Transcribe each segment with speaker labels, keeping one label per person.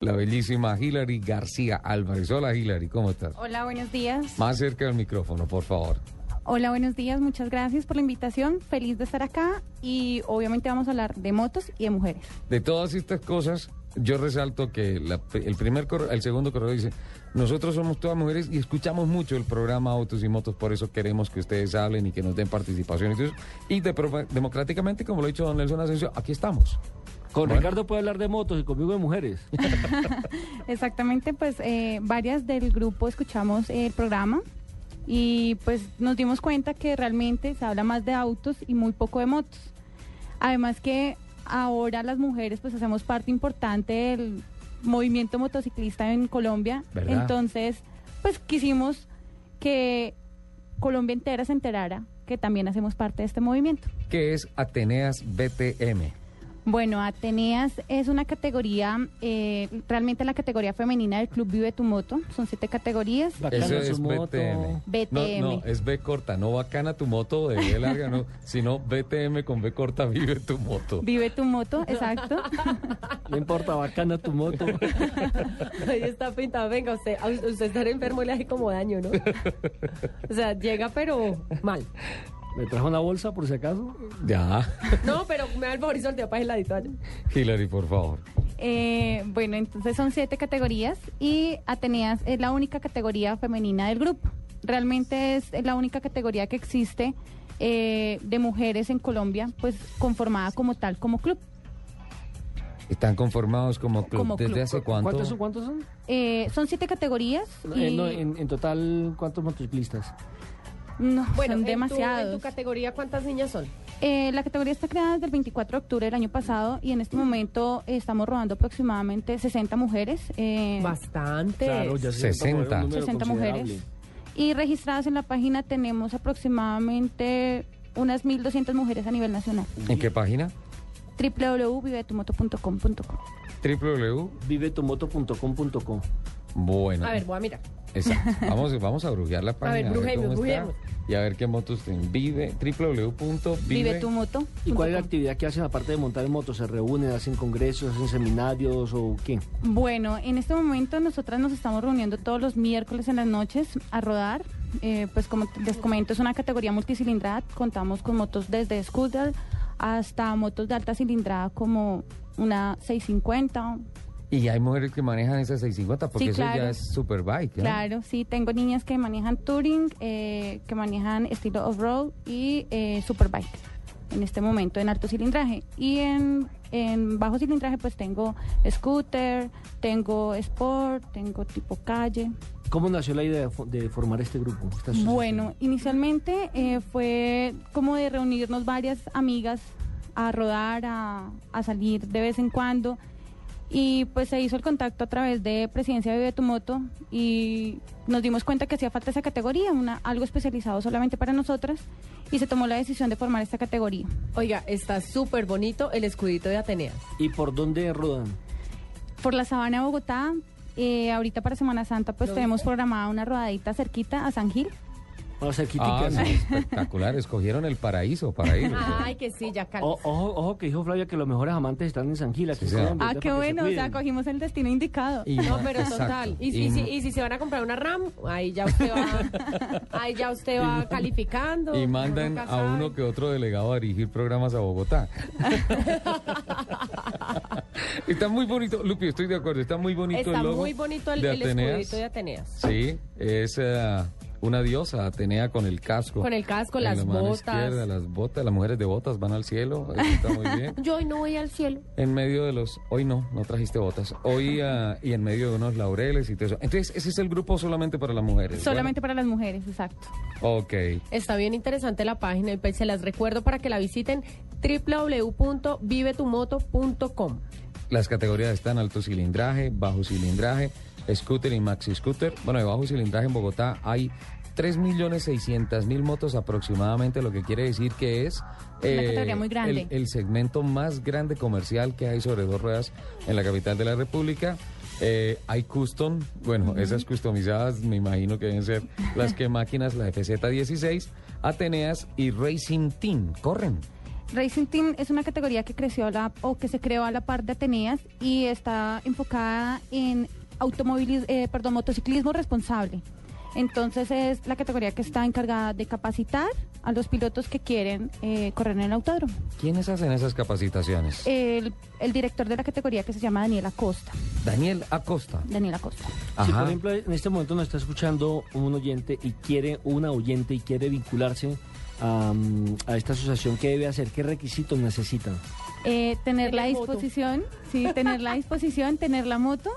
Speaker 1: La bellísima Hilary García Álvarez. Hola Hilary, ¿cómo estás?
Speaker 2: Hola, buenos días.
Speaker 1: Más cerca del micrófono, por favor.
Speaker 2: Hola, buenos días. Muchas gracias por la invitación. Feliz de estar acá y obviamente vamos a hablar de motos y de mujeres.
Speaker 1: De todas estas cosas, yo resalto que la- el primer correo, el segundo correo dice, nosotros somos todas mujeres y escuchamos mucho el programa Autos y Motos, por eso queremos que ustedes hablen y que nos den participación. y todo eso. Y de- democráticamente, como lo ha dicho don Nelson Asensio, aquí estamos.
Speaker 3: Con
Speaker 1: Bueno.
Speaker 3: Ricardo puede hablar de motos y conmigo de mujeres.
Speaker 2: Exactamente, pues eh, varias del grupo escuchamos el programa y pues nos dimos cuenta que realmente se habla más de autos y muy poco de motos. Además que ahora las mujeres pues hacemos parte importante del movimiento motociclista en Colombia.
Speaker 1: ¿Verdad?
Speaker 2: Entonces pues quisimos que Colombia entera se enterara que también hacemos parte de este movimiento.
Speaker 1: que es Ateneas BTM?
Speaker 2: Bueno, Ateneas es una categoría, eh, realmente la categoría femenina del Club Vive Tu Moto. Son siete categorías.
Speaker 3: Bacano
Speaker 1: Eso
Speaker 3: su
Speaker 1: es
Speaker 3: moto.
Speaker 1: BTM.
Speaker 2: BTM.
Speaker 1: No, no, es B corta, no bacana tu moto de B larga, no, sino BTM con B corta vive tu moto.
Speaker 2: Vive tu moto, exacto.
Speaker 3: No importa, bacana tu moto.
Speaker 4: Ahí está pintado, venga, usted, a usted estar enfermo le hace como daño, ¿no? O sea, llega pero mal.
Speaker 3: ¿Me trajo una bolsa por si acaso?
Speaker 1: Ya,
Speaker 4: No, pero me da el favor y sorteo para el ladito. allá.
Speaker 1: Hilary, por favor.
Speaker 2: Eh, bueno, entonces son siete categorías y Ateneas es la única categoría femenina del grupo. Realmente es la única categoría que existe eh, de mujeres en Colombia, pues conformada como tal, como club.
Speaker 1: Están conformados como club.
Speaker 2: Como
Speaker 1: ¿Desde
Speaker 2: club.
Speaker 1: hace cuánto?
Speaker 3: ¿Cuántos son? ¿Cuántos son?
Speaker 2: Eh, son siete categorías
Speaker 3: Eh,
Speaker 2: y
Speaker 3: no, en, en total, ¿cuántos motociclistas?
Speaker 2: no,
Speaker 4: en
Speaker 2: son
Speaker 4: tu-
Speaker 2: demasiados.
Speaker 4: en tu categoría, ¿cuántas niñas son?
Speaker 2: Eh, la categoría está creada desde el 24 de octubre del año pasado y en este momento eh, estamos rodando aproximadamente 60 mujeres. eh,
Speaker 4: Bastante.
Speaker 3: se nota
Speaker 1: 60.
Speaker 3: por un número
Speaker 2: 60 mujeres.
Speaker 3: considerable.
Speaker 2: Y registradas en la página tenemos aproximadamente unas 1.200 mujeres a nivel nacional.
Speaker 1: ¿En qué página?
Speaker 2: www.vivetumoto.com.co
Speaker 1: www.
Speaker 3: Vivetumoto.com.co.
Speaker 1: Bueno.
Speaker 4: A ver, voy a mirar.
Speaker 1: Exacto. Vamos, vamos a brujear la página.
Speaker 4: brujemos,
Speaker 1: cómo está
Speaker 4: brujemos.
Speaker 1: y a ver qué motos tienen. Vive,
Speaker 2: Vive
Speaker 1: www.vive.
Speaker 2: tu moto.
Speaker 3: ¿Y cuál es la actividad que hacen aparte de montar en moto? ¿Se reúnen, hacen congresos, hacen seminarios o qué?
Speaker 2: Bueno, en este momento nosotras nos estamos reuniendo todos los miércoles en las noches a rodar. Eh, pues como t- les comento, es una categoría multicilindrada. Contamos con motos desde scooter hasta motos de alta cilindrada como una 650.
Speaker 1: Y hay mujeres que manejan esas 650 porque
Speaker 2: Sí,
Speaker 1: eso
Speaker 2: claro.
Speaker 1: ya es superbike. ¿eh? ¿no?
Speaker 2: Claro, sí, tengo niñas que manejan touring, eh, que manejan estilo off-road y eh, superbike en este momento en alto cilindraje. Y en, en bajo cilindraje pues tengo scooter, tengo sport, tengo tipo calle.
Speaker 3: ¿Cómo nació la idea de fo- de formar este grupo? esta asociación?
Speaker 2: Bueno, inicialmente eh, fue como de reunirnos varias amigas a rodar, a, a salir de vez en cuando. Y pues se hizo el contacto a través de Presidencia de Vive tu Moto y nos dimos cuenta que hacía falta esa categoría, una, algo especializado solamente para nosotras, y se tomó la decisión de formar esta categoría.
Speaker 4: Oiga, está súper bonito el escudito de Ateneas.
Speaker 3: ¿Y por dónde rodan?
Speaker 2: Por la sabana de Bogotá, eh, ahorita para Semana Santa pues tenemos programada una rodadita cerquita a San Gil.
Speaker 3: O sea,
Speaker 1: Ah,
Speaker 3: críticas.
Speaker 1: no, espectacular. Escogieron el paraíso para
Speaker 2: Ah,
Speaker 1: ir. o sea.
Speaker 4: Ay, que sí, ya
Speaker 1: Oh,
Speaker 4: calma.
Speaker 3: O- ojo, ojo, que dijo Flavia que los mejores amantes están en San Gil. aquí
Speaker 1: Sí,
Speaker 3: en
Speaker 1: señor.
Speaker 3: Colombia,
Speaker 2: Ah,
Speaker 3: entonces,
Speaker 2: qué
Speaker 3: para que se
Speaker 2: bueno, o sea,
Speaker 3: cuiden.
Speaker 2: cogimos el destino indicado.
Speaker 1: Y
Speaker 4: No,
Speaker 1: ma-
Speaker 4: pero
Speaker 1: exacto.
Speaker 4: total. Y, y
Speaker 1: ma-
Speaker 4: si, y si se van a comprar una RAM, ahí ya usted va, ahí ya usted va calificando.
Speaker 1: y
Speaker 4: uno
Speaker 1: mandan
Speaker 4: nunca
Speaker 1: a uno
Speaker 4: sabe.
Speaker 1: que otro delegado a dirigir programas a Bogotá. está muy bonito, Lupi, estoy de acuerdo, está muy bonito
Speaker 4: Está
Speaker 1: el logo.
Speaker 4: muy bonito el,
Speaker 1: de
Speaker 4: el
Speaker 1: Ateneas.
Speaker 4: escudito de Ateneas.
Speaker 1: Sí, es eh, una diosa, Atenea con el casco.
Speaker 4: Con el casco,
Speaker 1: En
Speaker 4: las
Speaker 1: la mano
Speaker 4: botas.
Speaker 1: izquierda, las botas, las mujeres de botas van al cielo, eso está muy bien.
Speaker 4: Yo hoy no voy al cielo.
Speaker 1: En medio de los, hoy no, no trajiste botas, hoy ah, y en medio de unos laureles y todo eso. Entonces, ese es el grupo solamente para las mujeres.
Speaker 2: Solamente para las mujeres, exacto.
Speaker 1: Bueno, ok.
Speaker 4: Está bien interesante la página y pues se las recuerdo para que la visiten www.vivetumoto.com.
Speaker 1: Las categorías están alto cilindraje, bajo cilindraje, scooter y maxi scooter. Bueno, de bajo cilindraje en Bogotá hay 3.600.000 motos aproximadamente, lo que quiere decir que es eh,
Speaker 2: categoría muy grande.
Speaker 1: el- el segmento más grande comercial que hay sobre dos ruedas en la capital de la República. Eh, hay custom, bueno, esas customizadas me imagino que deben ser las que máquinas, la FZ16, Ateneas y Racing Team. Corren.
Speaker 2: Racing Team es una categoría que creció a la, o que se creó a la par de Ateneas y está enfocada en automóvilis- eh, perdón, motociclismo responsable. Entonces es la categoría que está encargada de capacitar a los pilotos que quieren eh, correr en el autódromo.
Speaker 1: ¿Quiénes hacen esas capacitaciones?
Speaker 2: El, el director de la categoría que se llama Daniel Acosta.
Speaker 1: Daniel Acosta.
Speaker 2: Daniel Acosta.
Speaker 3: Si, por
Speaker 1: Ajá.
Speaker 3: ejemplo, en este momento nos está escuchando un oyente y quiere, o una oyente y quiere vincularse a, mm, a esta asociación, ¿qué debe hacer? ¿Qué requisitos necesitan?
Speaker 2: Eh, tener la
Speaker 4: Tener moto.
Speaker 2: disposición, sí, tener la disposición, tener la moto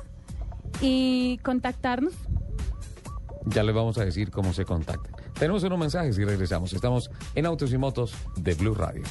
Speaker 2: y contactarnos.
Speaker 1: Ya les vamos a decir cómo se contactan. Tenemos unos mensajes y regresamos. Estamos en Autos y Motos de Blue Radio.